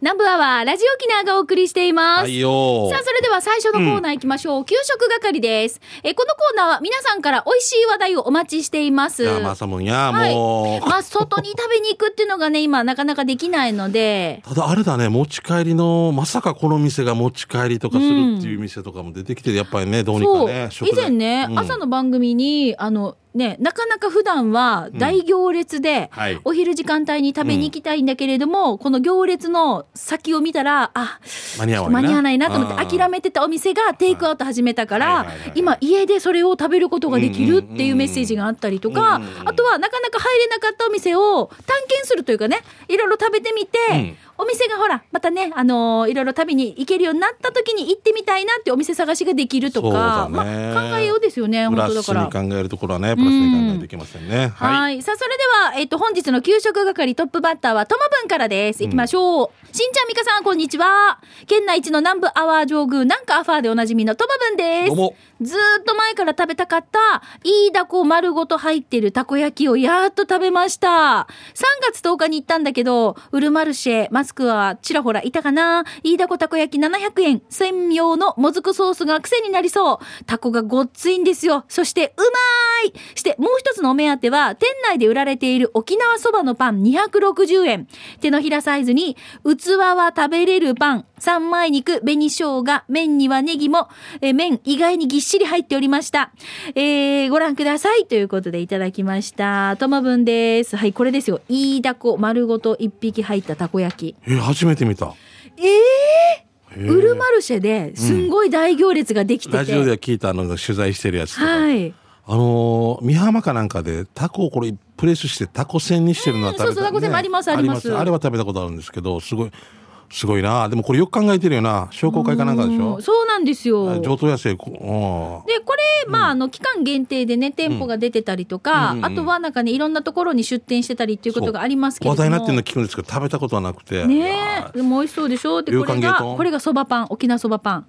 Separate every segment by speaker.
Speaker 1: 南部アワーラジオキナがお送りしています。
Speaker 2: はいよ
Speaker 1: さあ、それでは最初のコーナー行きましょう。給食係です。えーこのコーナーは皆さんから美味しい話題をお待ちしています。
Speaker 2: いや、まさもんや、
Speaker 1: はい
Speaker 2: もう。
Speaker 1: まあ、外に食べに行くっていうのがね、今なかなかできないので、
Speaker 2: ただあれだね、持ち帰りの、まさかこの店が持ち帰りとかするっていう店とかも出てきて、やっぱりね、どうにか
Speaker 1: そう、
Speaker 2: ね、
Speaker 1: 以前ね、
Speaker 2: うん
Speaker 1: 朝の番組に、あの、ね、なかなか普段は大行列で、
Speaker 2: はい。
Speaker 1: お昼時間帯に食べに行きたいんだけれども、この行列の先を見たら、あ、
Speaker 2: 間に合わな
Speaker 1: 間
Speaker 2: い。
Speaker 1: に合わないなと思っ
Speaker 2: うん
Speaker 1: て諦めてたお店がテイクアウト始めたから、
Speaker 2: はいはいはいはい
Speaker 1: 今家でそれを食べることができるっていうメッセージがあったりとか、
Speaker 2: うんうんうん
Speaker 1: あとはなかなか入れなかったお店を探検するというかねいろいろ食べてみて、
Speaker 2: うん
Speaker 1: お店がほらまたね、あのーいろいろ食べに行けるようになった時に行ってみたいなってお店探しができるとか、
Speaker 2: そうだね
Speaker 1: まあ、考えようですよね本
Speaker 2: プラ
Speaker 1: 当
Speaker 2: ス
Speaker 1: だ
Speaker 2: に
Speaker 1: から。
Speaker 2: 考えるところはね、プラスに考えていきませんね。
Speaker 1: はい、
Speaker 2: い。
Speaker 1: さあ、それでは、えっと、本日の給食係トップバッターは、ともぶんからです。行きましょう。しんちゃん、みかさん、こんにちは。県内一の南部アワー上宮、なんかアファーでおなじみのともぶんです。
Speaker 2: どうも
Speaker 1: ずーっと前から食べたかった、いいだこ丸ごと入ってるたこ焼きをやーっと食べました。3月10日に行ったんだけど、ウルマルシェ、マスクはちらほらいたかな。いいだこたこ焼き700円、専用のもずくソースが癖になりそう。たこがごっついんですよ。そして、うまーいして、もう一つのお目当ては、店内で売られている沖縄そばのパン260円。手のひらサイズに、器は食べれるパン、三枚肉、紅生姜、麺にはネギも、えー麺意外にぎっしり入っておりました。えー、ご覧ください。ということでいただきました。ともぶんです。はい、これですよ。いいだこ丸ごと一匹入ったたこ焼き。
Speaker 2: え、初めて見た。
Speaker 1: え
Speaker 2: え
Speaker 1: ー、ウルマルシェですんごい大行列ができてて。
Speaker 2: ラジオでは聞いたあの、取材してるやつとか。
Speaker 1: はい。
Speaker 2: あのー、美浜かなんかでタコをこれプレスしてタコせんにしてるのは食べた、
Speaker 1: うんそうそうタコせんありますあります
Speaker 2: あれは食べたことあるんですけどすごいすごいなでもこれよく考えてるよな商工会かなんかでし
Speaker 1: う
Speaker 2: ょ
Speaker 1: んそうなんですよ。
Speaker 2: あ上等野生こ
Speaker 1: で、これ、まあ、あの、期間限定でね、店舗が出てたりとか、
Speaker 2: うんうんうん
Speaker 1: あとはなんかね、いろんなところに出店してたりっていうことがありますけ
Speaker 2: うん
Speaker 1: れど
Speaker 2: 話
Speaker 1: も。
Speaker 2: 題になってるの聞くんですけど食べたことはなくて
Speaker 1: ねえ、でも美味しそうでしょで、これ
Speaker 2: 流
Speaker 1: が、
Speaker 2: 感系と
Speaker 1: これがそばパン、沖縄そばパン。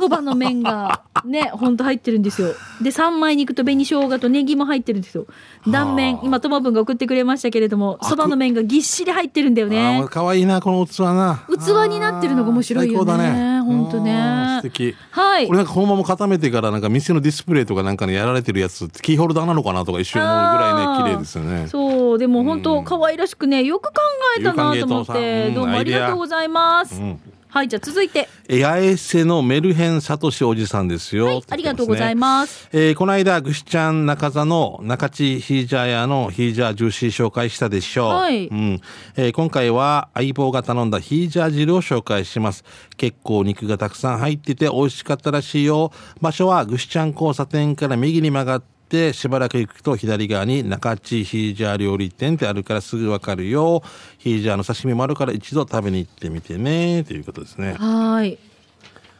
Speaker 1: そばの麺が、ね、ほんと入ってるんですよ。で、三枚肉と紅生姜とネギも入ってるんですよ。断面、今、ともぶんが送ってくれましたけれども、そばの麺がぎっしり入ってるんだよね
Speaker 2: あ。可愛いなこの器な
Speaker 1: 器になってるのが面白いよね
Speaker 2: あー最高だね
Speaker 1: ほんとね
Speaker 2: うん素敵
Speaker 1: はい
Speaker 2: これなんかこのまま固めてからなんか店のディスプレイとかなんかにやられてるやつってキーホルダーなのかなとか一瞬思うぐらいね綺麗ですよね
Speaker 1: そうでも本当可愛らしくねよく考えたなと思っ
Speaker 2: 勇敢
Speaker 1: て
Speaker 2: 芸当さん
Speaker 1: どうもありがとうございます、
Speaker 2: うん
Speaker 1: はいじゃあ続いて
Speaker 2: え八重瀬のメルヘンサトシおじさんですよ。
Speaker 1: はいありがとうございます。
Speaker 2: えーこの間、ぐしちゃん中座の中地ヒージャー屋のヒージャージューシー紹介したでしょう。
Speaker 1: はい
Speaker 2: うんえー今回は相棒が頼んだヒージャー汁を紹介します。結構肉がたくさん入ってて美味しかったらしいよ。場所はぐしちゃん交差点から右に曲がって、しばらく行くと左側に中地ヒージャー料理店ってあるからすぐわかるよ。ヒージャーの刺身もあるから一度食べに行ってみてね。ということですね。
Speaker 1: はい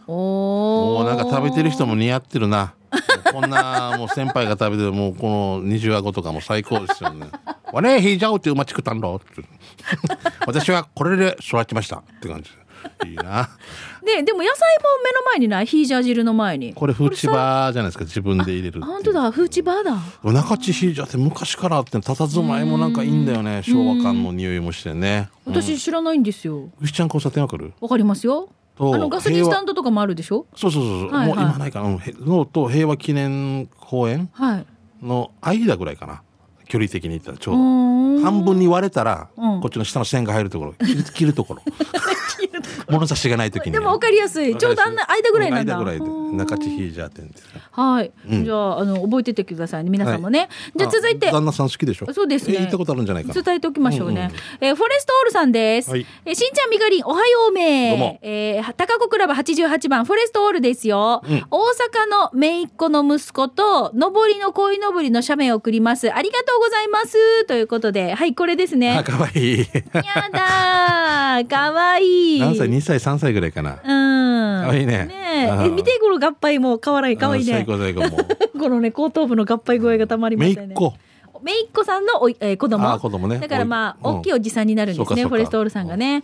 Speaker 1: お
Speaker 2: も
Speaker 1: お
Speaker 2: うなんか食べてる人も似合ってる な。もうこんなもう先輩が食べてるもうこの二十顎とかも最高ですよね。わねひいじゃおって馬ちくたんろ って。私はこれで育ちましたって感じ。いいな。
Speaker 1: ねでも野菜も目の前にないヒージャー汁の前に
Speaker 2: これフーチバーじゃないですか自分で入れるっていう。
Speaker 1: 本当だフーチバーだ
Speaker 2: 中地ひいじゃって昔からあって佇まいもなんかいいんだよね。昭和感の匂いもしてね。
Speaker 1: 私知らないんですよ
Speaker 2: 牛ちゃん交差点わかる？
Speaker 1: わかりますよあ
Speaker 2: と
Speaker 1: のガソリンスタンドとかもあるでしょ
Speaker 2: そうそうそうそう。
Speaker 1: はいはい
Speaker 2: もう今ないかな。うんへのと平和記念公園
Speaker 1: はい
Speaker 2: の間ぐらいかな。距離的に言ったらちょう
Speaker 1: う
Speaker 2: ど。
Speaker 1: ーん
Speaker 2: 半分に割れたら、
Speaker 1: うん
Speaker 2: こっちの下の線が入るところ切る切る ところ物差しがない時に
Speaker 1: でもわかりやすいちょうどあんな間ぐらいなんだ
Speaker 2: 間ぐらいで
Speaker 1: うん
Speaker 2: 中地ヒージャー店ですね
Speaker 1: はい、
Speaker 2: うん
Speaker 1: じゃああの覚えててくださいね皆さんもね、じゃあ続いて
Speaker 2: 旦那さん好きでしょ
Speaker 1: そうですね
Speaker 2: え行ったことあるんじゃないかな
Speaker 1: 伝えておきましょうね。えーフォレストオールさんです。
Speaker 2: はい
Speaker 1: えーしんちゃんみかりん、おはようめ
Speaker 2: どうも
Speaker 1: えー、高子クラブ88番、フォレストオールですよ。
Speaker 2: うん
Speaker 1: 大阪のめいっ子の息子と、上りのこいのぼりの写メを送ります。ありがとうございます。ということで、はい、これです
Speaker 2: あ
Speaker 1: ね。
Speaker 2: かわいい
Speaker 1: やだー、かわいい。
Speaker 2: 何歳2歳3歳ぐらいかな
Speaker 1: うん。かわ
Speaker 2: いいね
Speaker 1: ねえ。
Speaker 2: あー
Speaker 1: え見て、この合杯もかわらいい、かわいい
Speaker 2: うん最
Speaker 1: ね。
Speaker 2: 高最高も
Speaker 1: このね、後頭部の合杯具合がたまり
Speaker 2: う
Speaker 1: ま
Speaker 2: めい
Speaker 1: せん
Speaker 2: っ
Speaker 1: ね。
Speaker 2: 子
Speaker 1: めいっ子さんのおい、えー子供
Speaker 2: あー子供ね
Speaker 1: だからまあ
Speaker 2: おいうん
Speaker 1: 大きいおじさんになるんです
Speaker 2: そう
Speaker 1: ね、
Speaker 2: かそう
Speaker 1: フ
Speaker 2: か
Speaker 1: ォレストオールさんがね2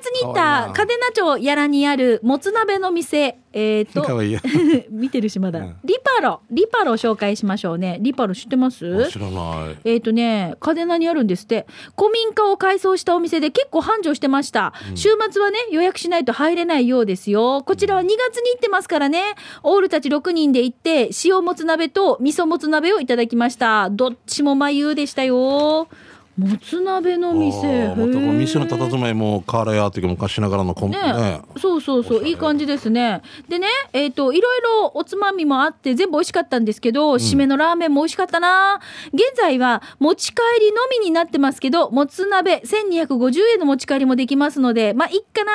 Speaker 1: 月に行っ
Speaker 2: かわい
Speaker 1: た
Speaker 2: いな
Speaker 1: 嘉手納町やらにあるもつ鍋の店えっ、と
Speaker 2: かわいい
Speaker 1: 見てるしまだ、
Speaker 2: うん
Speaker 1: リパロリパロ紹介しましょうねリパロ知ってます
Speaker 2: 知らない
Speaker 1: えっ、とね、嘉手納にあるんですって。古民家を改装したお店で結構繁盛してました。週末はね、予約しないと入れないようですよ。こちらは2月に行ってますからね。オールたち6人で行って、塩もつ鍋と味噌もつ鍋をいただきました。どっちも眉でしたよ。もつ鍋の店。
Speaker 2: あーまたこの店の
Speaker 1: た
Speaker 2: 佇まいも瓦屋っていうか昔ながらのコン
Speaker 1: ね
Speaker 2: ね
Speaker 1: そうそうそ
Speaker 2: おしゃ
Speaker 1: う、
Speaker 2: れ
Speaker 1: いい感じですね。でね、えっ、と、いろいろおつまみもあって、全部美味しかったんですけど、締めのラーメンも美味しかったな。現在は、持ち帰りのみになってますけど、もつ鍋1250円の持ち帰りもできますので、まあ、いっかな。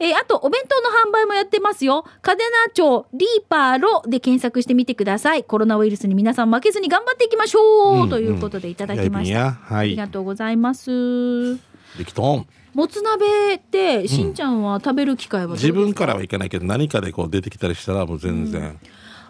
Speaker 1: えーあと、お弁当の販売もやってますよ。カデナ町リーパーロで検索してみてください。コロナウイルスに皆さん負けずに頑張っていきましょう、
Speaker 2: うん
Speaker 1: ということでいただきまし
Speaker 2: い
Speaker 1: た。
Speaker 2: やは
Speaker 1: あり
Speaker 2: い
Speaker 1: がとうございます。
Speaker 2: できとん
Speaker 1: もつ鍋って、しんちゃんは食べる機会はどうです
Speaker 2: 自
Speaker 1: か
Speaker 2: 分からはいかないけど何かでこう出てきたりしたらもう全然、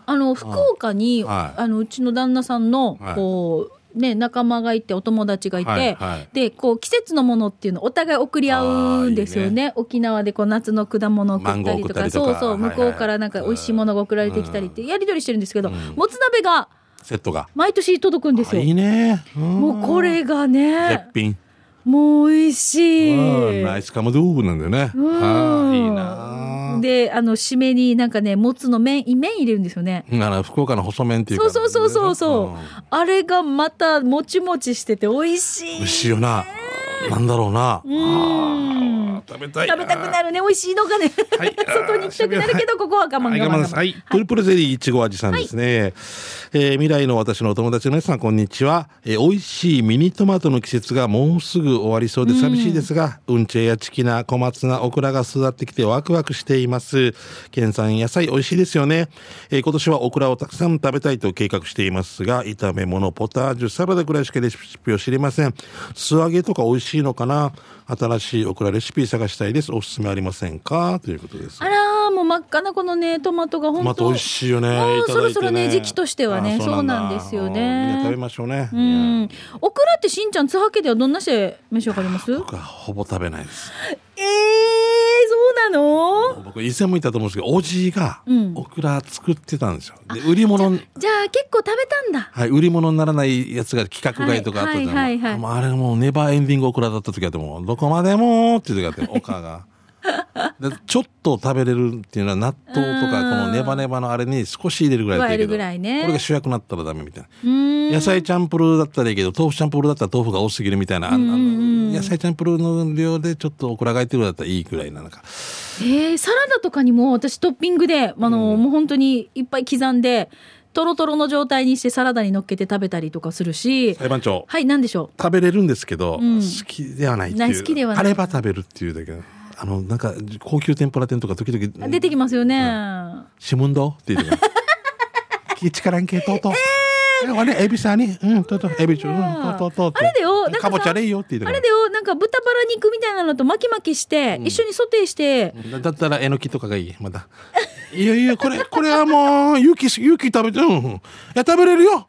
Speaker 1: あの福岡に、
Speaker 2: はい
Speaker 1: あのうちの旦那さんの、
Speaker 2: はい
Speaker 1: こうね仲間がいてお友達がいて、
Speaker 2: はいはい
Speaker 1: でこう季節のものっていうのをお互い送り合うんですよね
Speaker 2: あーいい
Speaker 1: 沖縄でこう夏の果物を送ったりとか
Speaker 2: マンゴー送ったりと
Speaker 1: そう
Speaker 2: か
Speaker 1: そう
Speaker 2: はいは
Speaker 1: 向
Speaker 2: い
Speaker 1: こうからなんか美味しいものが送られてきたりってやり取りしてるんですけど、もつ鍋が
Speaker 2: セットが
Speaker 1: 毎年届くんです
Speaker 2: あ
Speaker 1: よ。
Speaker 2: いいねうん
Speaker 1: もうこれがね
Speaker 2: 絶、品
Speaker 1: もう美味し
Speaker 2: うん
Speaker 1: い。
Speaker 2: ナイスカムドゥーなんだよね
Speaker 1: うん
Speaker 2: はいいいな
Speaker 1: で、あの、締めになんかね、もつの麺、麺入れるんですよね。
Speaker 2: なら福岡の細麺っていう
Speaker 1: そ
Speaker 2: か
Speaker 1: うそうそうそうそう、
Speaker 2: ん
Speaker 1: あれがまたもちもちしてて美味しい
Speaker 2: 美味しいよななんだろうな
Speaker 1: うん
Speaker 2: あー食べたい
Speaker 1: 食べたくなるね美味しいのがね、
Speaker 2: はい
Speaker 1: 外に行きたくなるけどここは我慢我
Speaker 2: はい、
Speaker 1: 慢
Speaker 2: 我慢
Speaker 1: 我
Speaker 2: です。は
Speaker 1: 慢
Speaker 2: い。トリプルゼリーいちご味さんですね。えー未来の私のお友達の皆さん、こんにちは。えー美味しいミニトマトの季節がもうすぐ終わりそうで寂しいですが、うん、ちゃやチキナ、小松菜、オクラが育ってきてワクワクしています。県産野菜美味しいですよね。えー今年はオクラをたくさん食べたいと計画していますが、炒め物、ポタージュ、サラダくらいしかレシピを知りません。素揚げとか美味しいのかな新しいオクラレシピ探したいです。おすすめありませんかということです。
Speaker 1: あらーもう真っ赤なこのねトマトが本当
Speaker 2: また美味しいよね。
Speaker 1: うん
Speaker 2: いただいて
Speaker 1: そろそろね時期としてはね
Speaker 2: あだ
Speaker 1: そうなんですよね
Speaker 2: みんな食べましょうね。
Speaker 1: う
Speaker 2: いや
Speaker 1: んオクラってしんちゃん津波家ではどんなして召し上がりますえー
Speaker 2: 僕はほぼ食べないです。
Speaker 1: そうなの
Speaker 2: 僕以前も言ったと思うんですけど、おじいが
Speaker 1: うん
Speaker 2: オクラ作ってたんですよ。で売り物
Speaker 1: じゃあ結構食べたんだ
Speaker 2: はい売り物にならないやつが企画外とかあったじゃん。
Speaker 1: はいはいはいはい
Speaker 2: もうあれもうネバーエンディングオクラだった時あってもうどこまでもっていう時あっておかが。 でちょっと食べれるっていうのは納豆とか
Speaker 1: うん
Speaker 2: このネバネバのあれに少し入れるぐらいだったらいいけど
Speaker 1: 加えるぐらいね
Speaker 2: これが主役になったらダメみたいな
Speaker 1: うーん
Speaker 2: 野菜チャンプルーだったらいいけど豆腐チャンプルーだったら豆腐が多すぎるみたいな、ああの野菜チャンプルーの量でちょっとオクラが入ってるだったらいいぐらいなのか
Speaker 1: えーサラダとかにも私トッピングで、あのもう本当にいっぱい刻んでとろとろの状態にしてサラダに乗っけて食べたりとかするし
Speaker 2: 裁判長
Speaker 1: はい何でしょ
Speaker 2: 食べれるんですけど、
Speaker 1: うん
Speaker 2: 好きではないっていう
Speaker 1: ない好きではない
Speaker 2: あれば食べるっていうだけあのなんか高級天ぷら店とか時々
Speaker 1: う出てきますよね、
Speaker 2: シムンドって言っ てくる気力んけとうとうえあれエビさんにうんとうとうエビちょうんとうとうとう
Speaker 1: あれだよなんかさ
Speaker 2: かぼちゃでいいよって言って
Speaker 1: あ
Speaker 2: く
Speaker 1: れ
Speaker 2: る
Speaker 1: だよなんか豚バラ肉みたいなのと巻き巻きして、一緒にソテーして、
Speaker 2: だだったらえのきとかがいいまだいやいやこれこれはもう勇気勇気食べてうんうんいや食べれるよ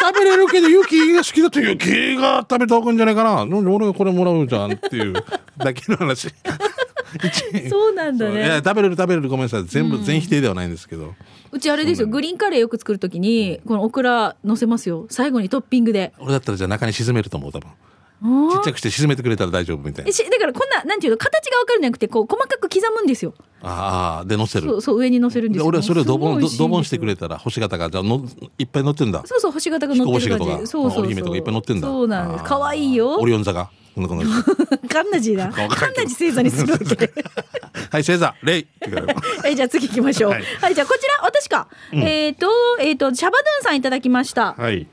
Speaker 2: 食べれるけど勇気が好きだと勇気が食べておくんじゃないかななんで俺がこれもらうじゃんっていうだけの話一
Speaker 1: そうなんだ
Speaker 2: そういや
Speaker 1: ね
Speaker 2: 食べれる食べれるごめんなさい全部、全否定ではないんですけど
Speaker 1: うちあれですよグリーンカレーよく作るときにこのオクラ乗せますよ最後にトッピングで
Speaker 2: 俺だったらじゃあ中に沈めると思う多分
Speaker 1: うん
Speaker 2: ちっちゃくして沈めてくれたら大丈夫みたいな
Speaker 1: えしだからこんななんていうの形が分かるんじゃなくてこう細かく刻むんですよ
Speaker 2: ああで乗せ
Speaker 1: そ
Speaker 2: る
Speaker 1: うそう上に乗せるんです
Speaker 2: で
Speaker 1: よ
Speaker 2: 俺はそれをドボンドドボンして
Speaker 1: く
Speaker 2: くれたら星形がじゃあのいっぱい乗ってんだ
Speaker 1: そうそう、星型が乗ってる
Speaker 2: 飛行
Speaker 1: 感
Speaker 2: 士
Speaker 1: じ。
Speaker 2: とか
Speaker 1: そうそうそう。
Speaker 2: 織姫とかいっぱい乗ってんだ
Speaker 1: そうなんです。可愛い
Speaker 2: オ
Speaker 1: よ。
Speaker 2: リオン座がこんなこんな
Speaker 1: カンナジ だ。
Speaker 2: わか
Speaker 1: カ
Speaker 2: ん
Speaker 1: ン
Speaker 2: ないけど
Speaker 1: ナジ星座にするわけ。
Speaker 2: はい星座レ イって言うから
Speaker 1: はい、じゃあ次行きましょう。は
Speaker 2: はいい、
Speaker 1: じゃあこちら、私か。えっ、と、えっ、と、シャバドゥンさんいただきました。
Speaker 2: はい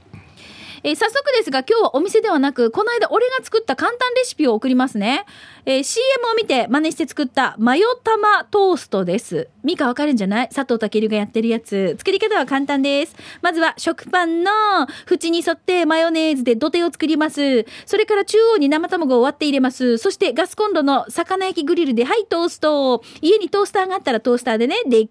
Speaker 1: えー早速ですが今日はお店ではなくこの間俺が作った簡単レシピを送りますね、えー CM を見て真似して作ったマヨ玉トーストですミカわかるんじゃない佐藤健がやってるやつ作り方は簡単ですまずは食パンの縁に沿ってマヨネーズで土手を作りますそれから中央に生卵を割って入れますそしてガスコンロの魚焼きグリルではいトースト家にトースターがあったらトースターでね出来上が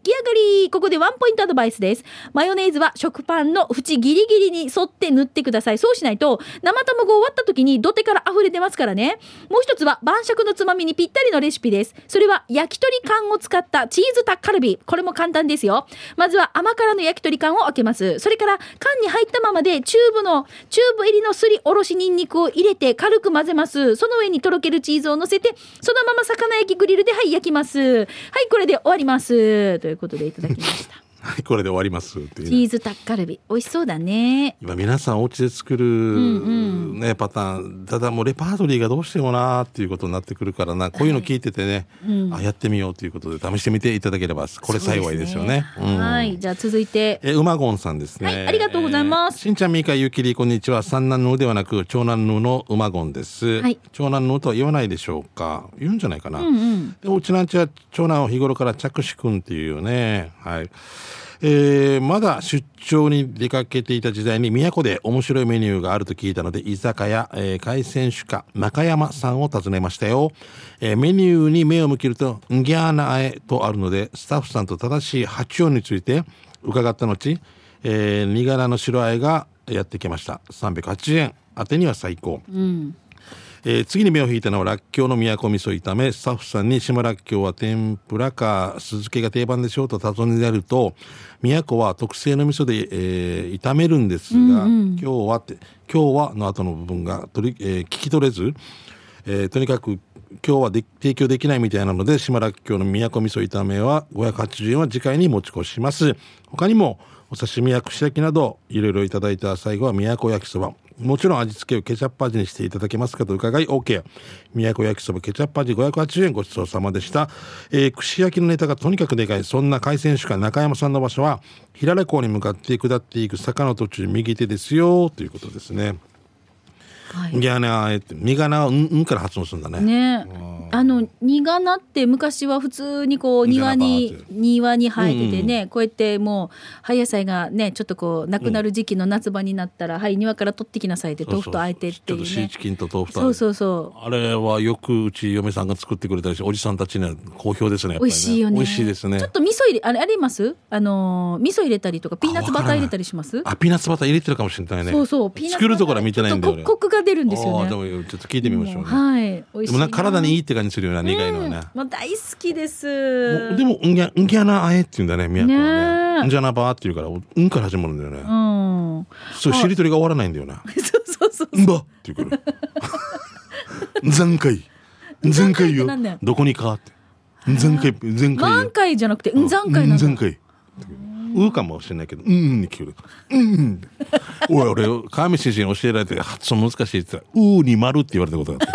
Speaker 1: りここでワンポイントアドバイスですマヨネーズは食パンの縁ギリギリに沿って塗ってくださいさい。そうしないと、生卵を割った時に土手から溢れ出ますからね。もう一つは晩酌のつまみにぴったりのレシピです。それは焼き鳥缶を使ったチーズタッカルビ。これも簡単ですよ。まずは甘辛の焼き鳥缶を開けます。それから缶に入ったままでチューブの、チューブ入りのすりおろしニンニクを入れて軽く混ぜます。その上にとろけるチーズを乗せて、そのまま魚焼きグリルではい焼きます。はい、これで終わります。ということでいただきました。
Speaker 2: はい、これで終わりますっていう
Speaker 1: チーズタッカルビ。美味しそうだね。
Speaker 2: 今皆さんお家で作る、ね、パターンただもうレパートリーがどうしてもなーっていうことになってくるからなこういうの聞いててね、あやってみようということで試してみていただければこれ幸いですよね。
Speaker 1: そうです
Speaker 2: うん
Speaker 1: はい、じゃあ続いて。
Speaker 2: え、馬ゴンさんですね。
Speaker 1: はいありがとうございます
Speaker 2: えーしんちゃん、みーか、ゆうきり、こんにちは。三男のではなく、長男のの馬ゴンです。
Speaker 1: はい
Speaker 2: 長男のとは言わないでしょうか。言うんじゃないかな。
Speaker 1: うんうん。
Speaker 2: でもうちなんちは長男を日頃から着手くんっていうよね。はい。えーまだ出張に出かけていた時代に宮古で面白いメニューがあると聞いたので居酒屋、えー海鮮酒家中山さんを訪ねましたよ、えーメニューに目を向けると「んぎゃーなあえ」とあるのでスタッフさんと正しい八音について伺った後、えー、にがらの白あえがやってきました380円当てには最高、えー次に目を引いたのはらっきょうの都味噌炒めスタッフさんに島らっきょうは天ぷらか酢漬けが定番でしょうと尋ねられると都は特製の味噌で、えー炒めるんですが、今日はって今日はの後の部分が取り、えー聞き取れず、えーとにかく今日はで提供できないみたいなので島らっきょうの都味噌炒めは580円は次回に持ち越します他にもお刺身や串焼きなどいろいろいただいた最後は都焼きそばもちろん味付けをケチャップ味にしていただけますかと伺い OK 都焼きそばケチャップ味580円ごちそうさまでした、えー串焼きのネタがとにかくでかいそんな海鮮酒館中山さんの場所は平良港に向かって下っていく坂の途中右手ですよということですね
Speaker 1: はい。
Speaker 2: ギャーナーって身がなをんんから発音するんだね
Speaker 1: ね、あの苦菜って昔は普通にこう
Speaker 2: 苦
Speaker 1: 庭
Speaker 2: 菜バー
Speaker 1: に
Speaker 2: って
Speaker 1: 庭に生えててね、こうやってもう葉野菜がねちょっとこうなくなる時期の夏場になったら、はい庭から取ってきなさいって
Speaker 2: そう
Speaker 1: 豆腐
Speaker 2: そう
Speaker 1: とあえてってい
Speaker 2: ちょっと
Speaker 1: う
Speaker 2: シー
Speaker 1: ね
Speaker 2: チキンと豆腐とあえ
Speaker 1: そ
Speaker 2: て
Speaker 1: うそうそ
Speaker 2: あれはよくうち嫁さんが作ってくれたりしておじさんたちには好評ですねやっ
Speaker 1: う美
Speaker 2: ぱり、ね、
Speaker 1: 味しいよね
Speaker 2: 美味しいですね
Speaker 1: ちょっと味噌入れあれありますあのー味噌入れたりとかピーナッツバター入れたりします
Speaker 2: あピーナッツバター入れてるかもしれないね
Speaker 1: そうそうピーナッツバター
Speaker 2: 作るところは見てないんだよ
Speaker 1: ちょっとコクコクが出るんですよね
Speaker 2: あーでもちょっと聞いてみましょうね、
Speaker 1: はい美味しい
Speaker 2: でもなんか体にいい
Speaker 1: い
Speaker 2: って感じするような苦いのはね、
Speaker 1: もう大好きです
Speaker 2: もうでもうんぎゃうんぎゃなあえって言うんだね宮古は
Speaker 1: ね
Speaker 2: ね
Speaker 1: え
Speaker 2: うんじゃなばーって言うからうんから始まるんだよね、
Speaker 1: うん
Speaker 2: そうしりとりが終わらないんだよな
Speaker 1: そうそうそう
Speaker 2: うんばって言うから 「残回残回よ
Speaker 1: 残回ってなんだよ
Speaker 2: どこにか」って「残回残回
Speaker 1: 満
Speaker 2: よ
Speaker 1: 開じゃなくてうんざんかいなんだ
Speaker 2: うんざんかいうんかもしれないけど「うん」に聞こえる「うん」おい俺川上先生に教えられて発音難しいって言ったら「うーに丸」って言われたことがあ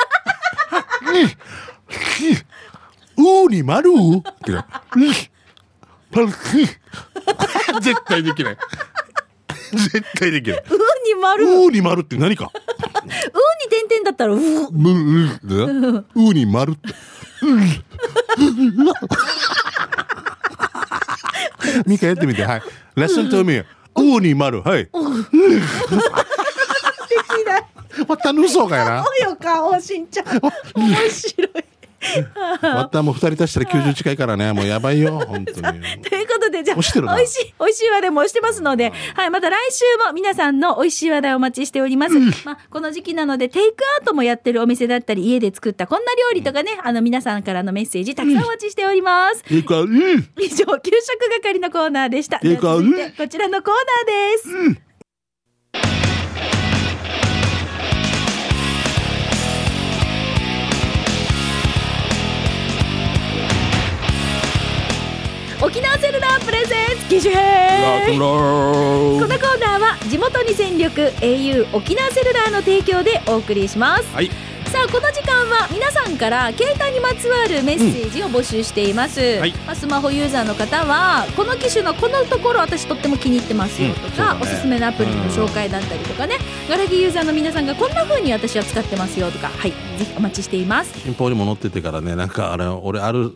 Speaker 2: った「 うんうーに丸」って言うからうんパルうん 絶対できない絶対できないう
Speaker 1: に丸うに
Speaker 2: うーに丸って何か
Speaker 1: 点々だったらうう
Speaker 2: む、う、でな、うに丸って。うん。ミカやってみて、はい。レッスントゥーミー。うに丸、はい。
Speaker 1: できない
Speaker 2: わたぬそうかいな。
Speaker 1: およ顔しんちゃん面白い
Speaker 2: わたもう二人足したら九十近いからね、もうやばいよ、本当に。
Speaker 1: ということでじゃあ
Speaker 2: 押してるな
Speaker 1: 美味しい美味しい話題も押してますので、はい、また来週も皆さんの美味しい話題お待ちしております、まあ、この時期なのでテイクアウトもやってるお店だったり家で作ったこんな料理とかね、あの皆さんからのメッセージたくさんお待ちしております、
Speaker 2: いいか、うん。
Speaker 1: 以上給食係のコーナーでした
Speaker 2: ていうか
Speaker 1: では続いてこちらのコーナーです、沖縄セルラープレゼンツ機種
Speaker 2: ラク
Speaker 1: 編
Speaker 2: ロ
Speaker 1: このコ
Speaker 2: ー。
Speaker 1: ーナーは地元に全力 au 沖縄セルラーの提供でお送りします
Speaker 2: はい。
Speaker 1: さあこの時間は皆さんから携帯にまつわるメッセージを募集しています、
Speaker 2: はい
Speaker 1: まあ、スマホユーザーの方はこの機種のこのところ私とっても気に入ってますよとか、
Speaker 2: うんそうだね
Speaker 1: おすすめのアプリの紹介だったりとかね、ガラギーユーザーの皆さんがこんな風に私は使ってますよとかはいぜひお待ちしています
Speaker 2: 新報にも載っててからね、なんかあれ、俺ある。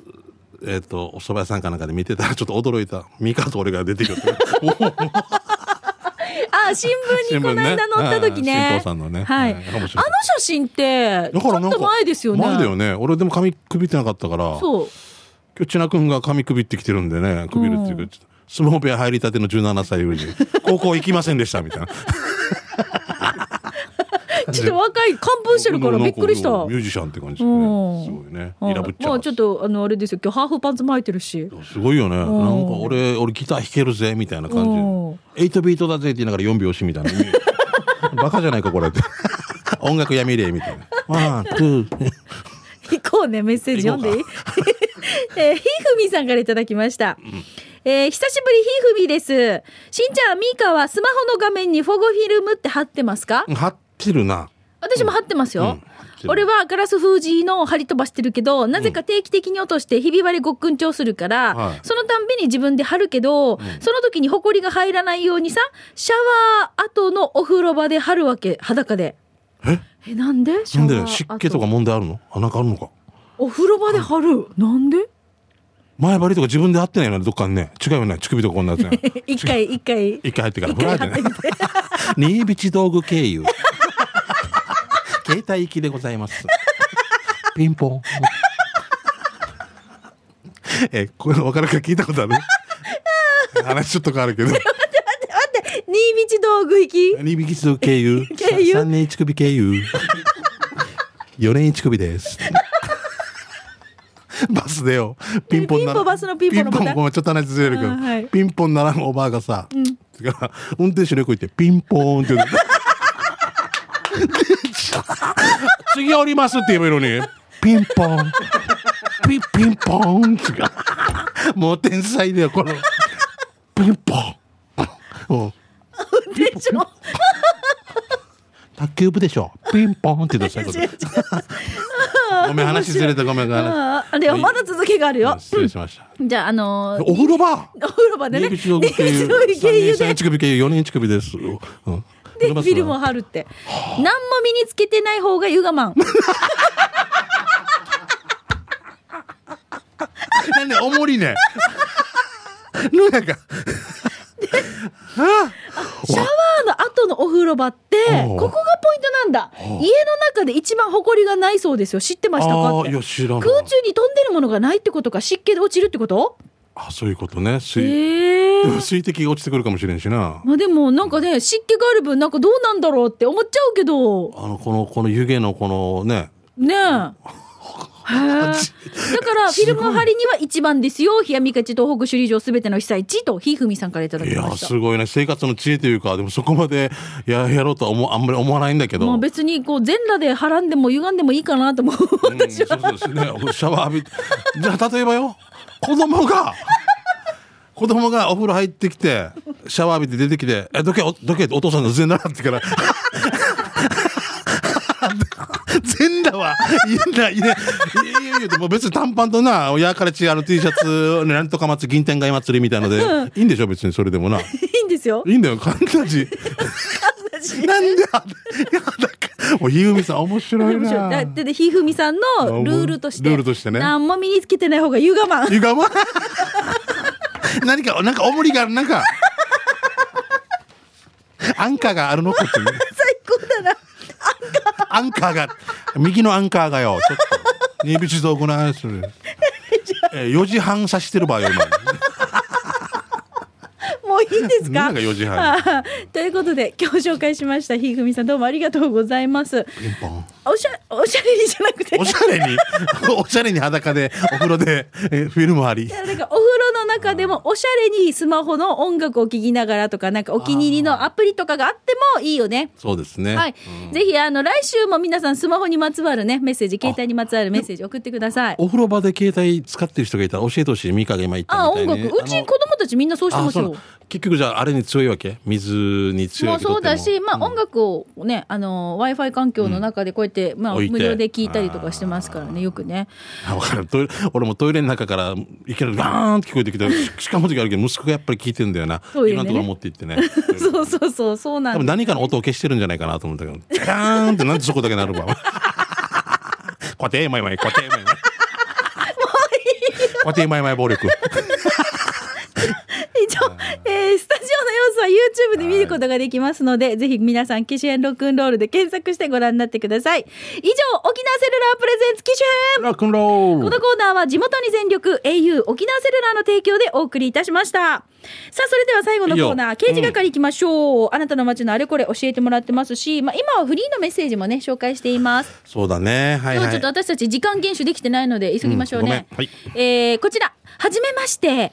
Speaker 2: えっ、と、お蕎麦屋さんかなんかで見てたら、ちょっと驚いた。ミカと俺が出てくる。
Speaker 1: あ ー新聞にこの間載った時ね
Speaker 2: 新報さんのね。
Speaker 1: はい
Speaker 2: 面白
Speaker 1: あ
Speaker 2: い
Speaker 1: の写真ってち
Speaker 2: だから
Speaker 1: ょ
Speaker 2: な
Speaker 1: っ
Speaker 2: んか
Speaker 1: と前ですよね
Speaker 2: 前だよね俺でも髪くびってなかったから今
Speaker 1: そう
Speaker 2: 日千奈君が髪くびってきてるんでねくびるっていう
Speaker 1: う
Speaker 2: か
Speaker 1: ん
Speaker 2: ちょっと相撲部屋入りたての17歳上に高校行きませんでしたみたいな
Speaker 1: ちょっと若い完封してるからびっくりした。
Speaker 2: なんかもうミュ
Speaker 1: う
Speaker 2: ージシャンって感じですね。す
Speaker 1: うん
Speaker 2: ごいね。
Speaker 1: ん
Speaker 2: イラぶっち
Speaker 1: ま
Speaker 2: ゃ
Speaker 1: あちょっとあのあれですよ。今日ハーフパンツ巻いてるし。
Speaker 2: う。すごいよね。なんか俺、俺ギター弾けるぜ、みたいな感じ
Speaker 1: うん
Speaker 2: で。8ビートだぜって言いながら4秒押しみたい な。バカじゃないか、これって。音楽やめれ、みたいな。ワン、ツー。
Speaker 1: 行こうね、メッセージ読んでいい えーひふみさんからいただきました。えー久しぶりひふみです。しんちゃん、ミーカはスマホの画面にフォゴフィルムって貼ってますか
Speaker 2: 張ってるな。
Speaker 1: 私も貼ってますよ。
Speaker 2: うん貼ってる
Speaker 1: 俺はガラス封じの張り飛ばしてるけど、なぜか定期的に落としてひび割れごっくん調するから、
Speaker 2: はい
Speaker 1: そのたんびに自分で貼るけど、その時にホコリが入らないようにさ、シャワー後のお風呂場で貼るわけ、裸で。
Speaker 2: え
Speaker 1: え、なんでシャ
Speaker 2: な
Speaker 1: ワー
Speaker 2: ん
Speaker 1: 後
Speaker 2: で湿気とか問題あるのあ、なんかあるのか。
Speaker 1: お風呂場で貼る。なんで
Speaker 2: 前張りとか自分で合ってないよね、どっかにね。違うよね。乳首とかこんなやつね。
Speaker 1: 一回一回
Speaker 2: 一回入ってから、
Speaker 1: 一
Speaker 2: フラ
Speaker 1: 回
Speaker 2: ーじ
Speaker 1: 貼って
Speaker 2: ゃない
Speaker 1: み。て
Speaker 2: 新ビチ道具経由。携帯行きでございます。ピンポン。え、これ分かるか聞いたことある話ちょっと変わるけど。
Speaker 1: 新道道具行き
Speaker 2: 新ビチ道具経由。
Speaker 1: 経由
Speaker 2: さ三年一首経由。四年一首です。 バスでよ。ピンポンな
Speaker 1: ピンポンバスのピンポンのボタン
Speaker 2: ピごめんちょっと話ずれるけど、
Speaker 1: あーはい
Speaker 2: ピンポンならんおばあがさ、だから運転手の横行ってピンポー ンって言うの次降りますって言えばいいのにピンポンピピンポーンって言うもう天才だよこのピンポン うん
Speaker 1: でしょ
Speaker 2: 卓球部でしょピンポンって言ったら 最後ごめん話ずれたごめん話
Speaker 1: あーあれよまだ続きがあるよ
Speaker 2: 失礼しました
Speaker 1: じゃああのー
Speaker 2: お風呂場
Speaker 1: お風呂場 でね
Speaker 2: 入り口の経
Speaker 1: 入り
Speaker 2: 由
Speaker 1: 口の経由
Speaker 2: 3
Speaker 1: で
Speaker 2: 年乳首経由4年乳首です、うん、
Speaker 1: でフィルムを貼るって何も身につけてない方がゆが まん
Speaker 2: なんで、おも りね。のやか。
Speaker 1: シャワーの後のお風呂場って
Speaker 2: お
Speaker 1: ここ
Speaker 2: う
Speaker 1: がポイントなんだ家の中で一番ホコリがないそうですよ知ってましたか
Speaker 2: あ
Speaker 1: っ
Speaker 2: あ、
Speaker 1: て
Speaker 2: いや、知らん。
Speaker 1: 空中に飛んでるものがないってことか湿気で落ちるってこと
Speaker 2: あ、そういうことね。水、
Speaker 1: ええ
Speaker 2: でも水滴が落ちてくるかもしれんしな。
Speaker 1: まあでもなんかね湿気がある分なんかどうなんだろうって思っちゃうけど
Speaker 2: あの、この、この湯気のこのね。
Speaker 1: ねえへえだからフィルム張りには一番ですよ冷やみかち東北首里城すべての被災地とひふみさんからいただ
Speaker 2: い
Speaker 1: きま
Speaker 2: や、
Speaker 1: した
Speaker 2: すごいね。生活の知恵というか、でもそこまでややろうとは思うあんまり思わないんだけど。
Speaker 1: まあ別にこう全裸ではらんでも歪んでもいいかなとも
Speaker 2: うんそうそうですね。シャワー浴び。じゃあ、例えばよ。子供が。子供がお風呂入ってきて、シャワー浴びて出てきて、え、どけ、おどけ、お父さんの全裸だって言うから。全裸は、いいな、いいね。いいよいいよでも別に短パンとな、親から違う T シャツ、なんとか祭り、銀天街祭りみたいので、いいんでしょ、別にそれでもな。い
Speaker 1: いいんですよ
Speaker 2: いんだよ、感じ。なんで、あいやだからもう、ひうみさん面白い
Speaker 1: 面白
Speaker 2: な。
Speaker 1: いだってでひふみさんのルールとして
Speaker 2: ルールとしてね
Speaker 1: 何も身につけてない方が歪 まん
Speaker 2: ゆがま何か、なんか、おもりがある、なんか。アンカーがあるのかってね。
Speaker 1: 最高だな
Speaker 2: アンカーが、右のアンカーがよ、ちょっと。ニビチ道具の話する。えー、4時半差してる場合、今。
Speaker 1: もういいですか
Speaker 2: なんか4時半
Speaker 1: 半 ということで今日紹介しましたひふみさんどうもありがとうございます
Speaker 2: ピンポン
Speaker 1: おしゃおしゃれにじゃなくて
Speaker 2: おしゃれに、おしゃれに裸で、お風呂で、えーフィルムあり。
Speaker 1: なんかお風呂の中でもおしゃれにスマホの音楽を聴きながらとかなんかお気に入りのアプリとかがあってもいいよね。
Speaker 2: そうですね。
Speaker 1: はい、ぜひあの来週も皆さんスマホにまつわるねメッセージ携帯にまつわるメッセージ送ってください。
Speaker 2: お風呂場で携帯使ってる人がいたら教えてほしい。ミカが今言った
Speaker 1: あ
Speaker 2: み
Speaker 1: 音
Speaker 2: たいに、
Speaker 1: 楽う
Speaker 2: あ
Speaker 1: ち
Speaker 2: の
Speaker 1: 子供たちみんなそうして
Speaker 2: あ
Speaker 1: ます
Speaker 2: そうな
Speaker 1: よ
Speaker 2: の。結局じゃああれに強いわけ水に強い
Speaker 1: も
Speaker 2: わ
Speaker 1: う
Speaker 2: けど
Speaker 1: そうだ
Speaker 2: とて
Speaker 1: し、
Speaker 2: も
Speaker 1: まあ、音楽をね、あの w i f i 環境の中でこうやって、まあ、
Speaker 2: 置いて
Speaker 1: 無料で聞いたりとかしてますからねよくね。
Speaker 2: あ わかるトイレ俺もトイレの中からいきなりガーンって聞こえてきたししかも時あるけど息子がやっぱり聞いてんだよな
Speaker 1: トイレ
Speaker 2: い
Speaker 1: ね
Speaker 2: ろんなとこ持って行ってね
Speaker 1: そうそうそうそうな
Speaker 2: 多
Speaker 1: ん
Speaker 2: 分
Speaker 1: だ。
Speaker 2: 何かの音を消してるんじゃないかなと思ったけどジャガーンってなんでそこだけなるわこうやってえまいまいこうやってえまいまいこうやってえまいまい暴力
Speaker 1: 以上、えースタジオの様子は YouTube で見ることができますので、ぜひ皆さん機種編ロックンロールで検索してご覧になってください以上沖縄セルラープレゼンツ機種編
Speaker 2: ロックンロール
Speaker 1: このコーナーは地元に全力 au 沖縄セルラーの提供でお送りいたしましたさあそれでは最後のコーナー
Speaker 2: いいよ
Speaker 1: 刑事係いきましょう、あなたの街のあれこれ教えてもらってますし、まあ、今はフリーのメッセージもね紹介しています
Speaker 2: そうだねはい
Speaker 1: 今
Speaker 2: は
Speaker 1: 日
Speaker 2: い
Speaker 1: ちょっと私たち時間厳守できてないので急ぎましょうね、
Speaker 2: うんごめん
Speaker 1: えーこちらはじめまして東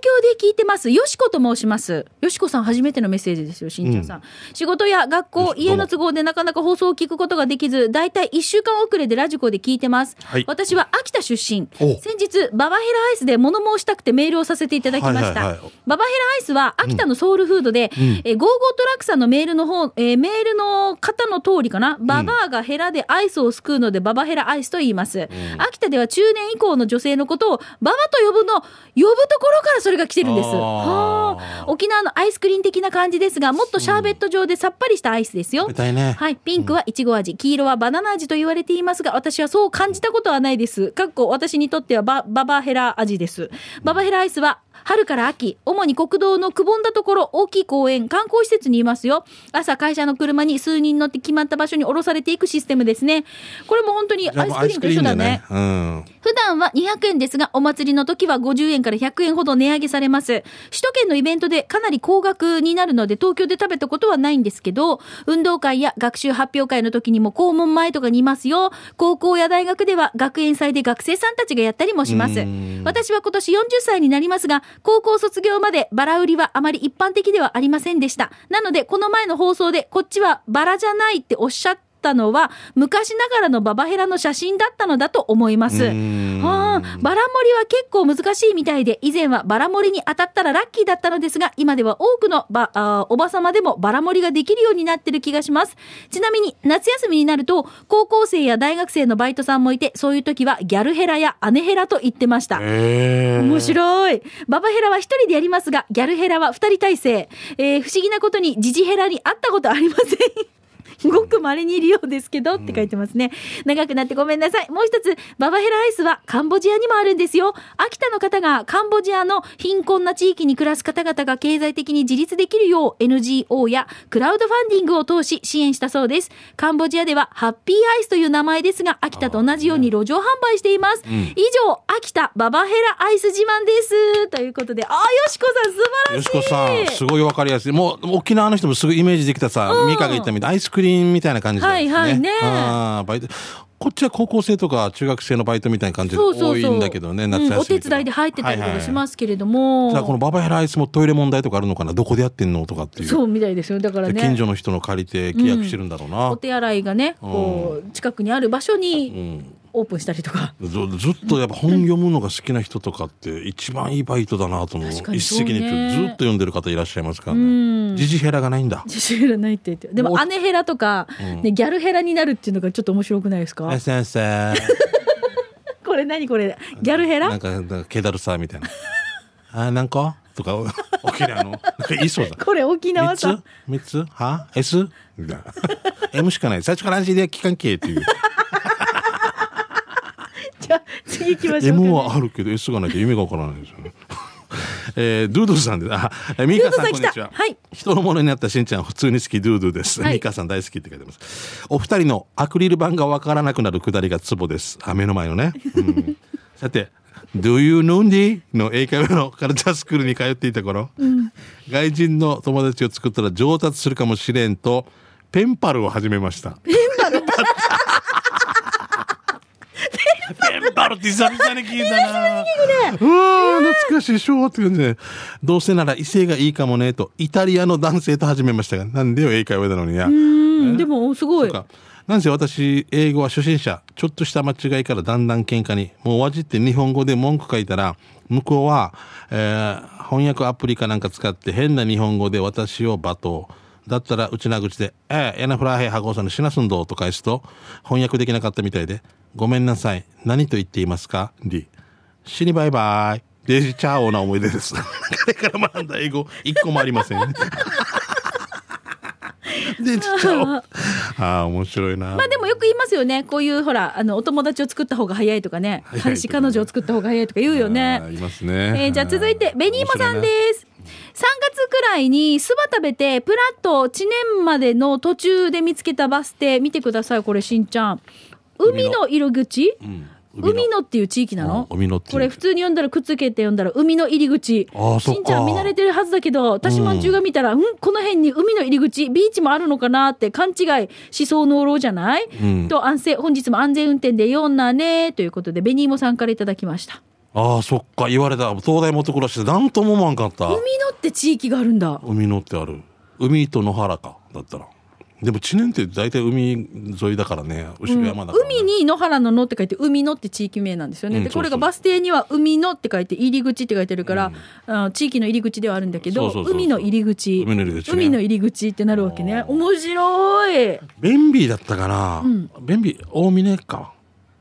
Speaker 1: 京で聞いてますよしこと申しますよしこさん初めてのメッセージですよしんちゃんさん、仕事や学
Speaker 2: よ
Speaker 1: 校
Speaker 2: しこどうも
Speaker 1: 家の都合でなかなか放送を聞くことができずだいたい1週間遅れでラジコで聞いてます、
Speaker 2: はい
Speaker 1: 私は秋田出身
Speaker 2: お
Speaker 1: 先日ババヘラアイスで物申したくてメールをさせていただきました、
Speaker 2: はいはいはい
Speaker 1: ババヘラアイスは秋田のソウルフードで、え
Speaker 2: ん
Speaker 1: ーゴーゴートラックさんのメールの方、えーメールの方の通りかな、ババアがヘラでアイスをすくうので、ババヘラアイスと言います、秋田では中年以降の女性のことを、ババと呼ぶの、呼ぶところからそれが来てるんです。
Speaker 2: あー
Speaker 1: はあ沖縄のアイスクリーン的な感じですが、もっとシャーベット状でさっぱりしたアイスですよ
Speaker 2: 食べ。たいね
Speaker 1: はい、ピンクはイチゴ味、黄色はバナナ味と言われていますが、私はそう感じたことはないです。かっこ私にとってはバババヘラ味です。ババヘラアイスは春から秋、主に国道のくぼんだところ、大きい公園、観光施設にいますよ。朝、会社の車に数人乗って決まった場所に降ろされていくシステムですね。これも本当に
Speaker 2: じゃ
Speaker 1: ア
Speaker 2: あ
Speaker 1: イ
Speaker 2: も
Speaker 1: ス
Speaker 2: う
Speaker 1: クリームと一緒だね。
Speaker 2: アイスクリームだね
Speaker 1: 普段は200円ですが、お祭りの時は50円から100円ほど値上げされます。首都圏のイベントでかなり高額になるので、東京で食べたことはないんですけど、運動会や学習発表会の時にも校門前とかにいますよ。高校や大学では学園祭で学生さんたちがやったりもします
Speaker 2: う。ん
Speaker 1: 私は今年40歳になりますが、高校卒業までバラ売りはあまり一般的ではありませんでした。なので、この前の放送で、こっちはバラじゃないっておっしゃったのは、昔ながらのババヘラの写真だったのだと思います。
Speaker 2: うーん
Speaker 1: はあ、バラ盛りは結構難しいみたいで、以前はバラ盛りに当たったらラッキーだったのですが、今では多くのばあーおばさまでもバラ盛りができるようになってる気がします。ちなみに、夏休みになると、高校生や大学生のバイトさんもいて、そういう時はギャルヘラや姉ヘラと言ってました。
Speaker 2: えー
Speaker 1: 面白い。ババヘラは一人でやりますが、ギャルヘラは二人体制。えー不思議なことに、ジジヘラに会ったことありません。ごく稀にいるようですけどって書いてますね。長くなってごめんなさい。もう一つ、ババヘラアイスはカンボジアにもあるんですよ。秋田の方がカンボジアの貧困な地域に暮らす方々が経済的に自立できるよう NGO やクラウドファンディングを通し支援したそうです。カンボジアではハッピーアイスという名前ですが、秋田と同じように路上販売しています。以上、秋田ババヘラアイス自慢です。ということで、あー、よしこさん素晴ら
Speaker 2: よ
Speaker 1: し
Speaker 2: し
Speaker 1: い。
Speaker 2: こさん、すごいわかりやすい。もう、沖縄の人もすぐイメージできたさ、
Speaker 1: うん
Speaker 2: 三影行ったみたいな、アイスクリームみたいな感じなんですね。
Speaker 1: はいはいね
Speaker 2: あーバイト。こっちは高校生とか中学生のバイトみたいな感じで
Speaker 1: そうそうそう
Speaker 2: 多いんだけどね、夏休み
Speaker 1: う
Speaker 2: と
Speaker 1: ん
Speaker 2: か。
Speaker 1: お手伝いで入ってたりとかしますすけれども。
Speaker 2: じゃあこのババヘラアイスもトイレ問題とかあるのかなどこでやってんのとかっていう。
Speaker 1: そうみたいですよ。だからね。
Speaker 2: 近所の人の借りて契約してるんだろうな。
Speaker 1: お手洗いがね、こう、近くにある場所にオープンしたりとか。
Speaker 2: ずずっとやっぱ本読むのが好きな人とかって一番いいバイトだなと思う。
Speaker 1: 確かに
Speaker 2: 一
Speaker 1: そう
Speaker 2: 石
Speaker 1: ね
Speaker 2: 二鳥ずっと読んでる方いらっしゃいますからね。ジジヘラがないんだ。
Speaker 1: 自主ヘラないって言って。でも
Speaker 2: もう
Speaker 1: 姉ヘラとか、ね、ギャルヘラになるっていうのがちょっと面白くないですか、
Speaker 2: ね先生。
Speaker 1: これ何これギャルヘラ
Speaker 2: なんか、なんかケダルサーみたいな。 あー、なんかとか、沖縄の。なんか言いそうだ。
Speaker 1: これ沖縄
Speaker 2: 三つ
Speaker 1: さ。
Speaker 2: 三つは ?S? みたいな。M しかない。最初から安心で期間系っていう。
Speaker 1: じゃあ次行きましょうか、ね。
Speaker 2: M はあるけど S がないと意味がわからないですよね。 えー、ドゥードゥさんです。あ、えーミーカさん
Speaker 1: ドゥードゥさん
Speaker 2: こんにち
Speaker 1: 来
Speaker 2: は。
Speaker 1: たはい
Speaker 2: 人のものになったしんちゃん普通に好きドゥードゥです。
Speaker 1: はい
Speaker 2: ミーカさん大好きって書いてます。お二人のアクリル板がわからなくなるくだりがツボです。あ、目の前のね。うん、さて、Do you know me? の英会話のカルチャースクールに通っていた頃、外人の友達を作ったら上達するかもしれんと、ペンパルを始めました。ペンパルペンパルって久々に聞いたな。うわー懐かしい昭和って感じでどうせなら異性がいいかもねとイタリアの男性と始めましたがなんでよ英会話なのにや
Speaker 1: うん、でもすごい。
Speaker 2: かなんせ私英語は初心者ちょっとした間違いからだんだん喧嘩にもうわじって日本語で文句書いたら向こうは、えー翻訳アプリかなんか使って変な日本語で私を罵倒だったらうちな口で「ええエナフラーヘイハゴーさんのシナスンド」と返すと翻訳できなかったみたいで「ごめんなさい何と言っていますか?」リ死にバイバイデイジーチャーオな思い出です彼から学んだ英語一個もありませんデイジーチャーオ ああ面白いな。
Speaker 1: まあでもよく言いますよね。こういうほら、あの、お友達を作った方が早いとかね。
Speaker 2: 早いとかね
Speaker 1: 彼氏、彼女を作った方が早いとか言うよね
Speaker 2: あ。ーいますね。
Speaker 1: えーじゃあ続いて、ベニーモさんです。3月くらいにそば食べて、プラッと知念までの途中で見つけたバス停、見てください、これ、しんちゃん。海の色口、
Speaker 2: うん。海の
Speaker 1: 海野っていう地域なの
Speaker 2: うん海野っていう
Speaker 1: これ普通に読んだらくっつけて読んだら海の入り口
Speaker 2: ああそっ
Speaker 1: し
Speaker 2: か
Speaker 1: んちゃん見慣れてるはずだけど私まんじゅうが見たら、うん、この辺に海の入り口ビーチもあるのかなって勘違いしそうのうろうじゃない、
Speaker 2: ん
Speaker 1: と安静本日も安全運転でよんなねということでベニーモさんからいただきました
Speaker 2: ああそっか言われた東大元暮らしで何とも思わんかった
Speaker 1: 海野って地域があるんだ
Speaker 2: 海のってある海と野原かだったらでも知念って大体海沿いだからね牛久山だからね、
Speaker 1: 海に野原の野って書いて海野って地域名なんですよね、
Speaker 2: うん
Speaker 1: で
Speaker 2: そ
Speaker 1: こ
Speaker 2: うそ
Speaker 1: れ
Speaker 2: う
Speaker 1: がバス停には海野って書いて入り口って書いてるから、あの地域の入り口ではあるんだけど
Speaker 2: そうそうそうそう
Speaker 1: 海の入り口
Speaker 2: 海の入り口ね
Speaker 1: 海の入り口ってなるわけね面白い
Speaker 2: 便利だったかな、便利大峰か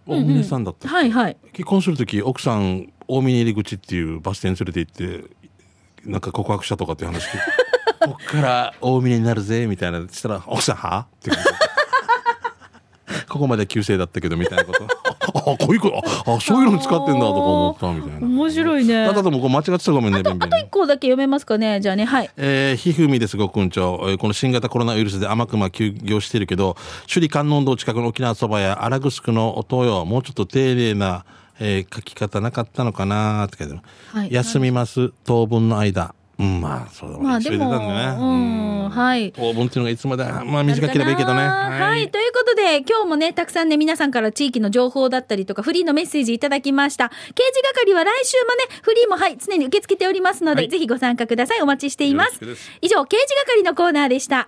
Speaker 2: 大峰さんだった、
Speaker 1: はいはい
Speaker 2: 結婚する時奥さん大峰入り口っていうバス停に連れて行ってなんか告白したとかっていう話聞いてこっから大峰になるぜみたいなしたら奥さんはって感じここまで旧姓だったけどみたいなことあこういうことあそういうの使ってんだとか思ったみたいな
Speaker 1: 面白いね
Speaker 2: ただでもこう間違ってたらごめんね便利ね
Speaker 1: 一個だけ読めますかねじゃあねはい
Speaker 2: えー、ひふみです、ごくんちょう。えーこの新型コロナウイルスで天熊休業してるけど、首里観音堂近くの沖縄そばや荒城のお東洋、もうちょっと丁寧な、えー書き方なかったのかなーって書いてある、
Speaker 1: はい
Speaker 2: 休みます、当分の間。うん、まあ、そうだ、
Speaker 1: まあ
Speaker 2: 急
Speaker 1: で
Speaker 2: いで
Speaker 1: も
Speaker 2: たんだね。
Speaker 1: うんはい
Speaker 2: 当分っていうのがいつまで、まあ短ければいいけどね。
Speaker 1: なるかなはい、ということで、今日もね、たくさんね、皆さんから地域の情報だったりとか、フリーのメッセージいただきました。刑事係は来週もね、フリーもはい、常に受け付けておりますので、
Speaker 2: はい
Speaker 1: ぜひご参加ください。お待ちしていま
Speaker 2: よろ
Speaker 1: す
Speaker 2: しくです。
Speaker 1: 以上、刑事係のコーナーでした。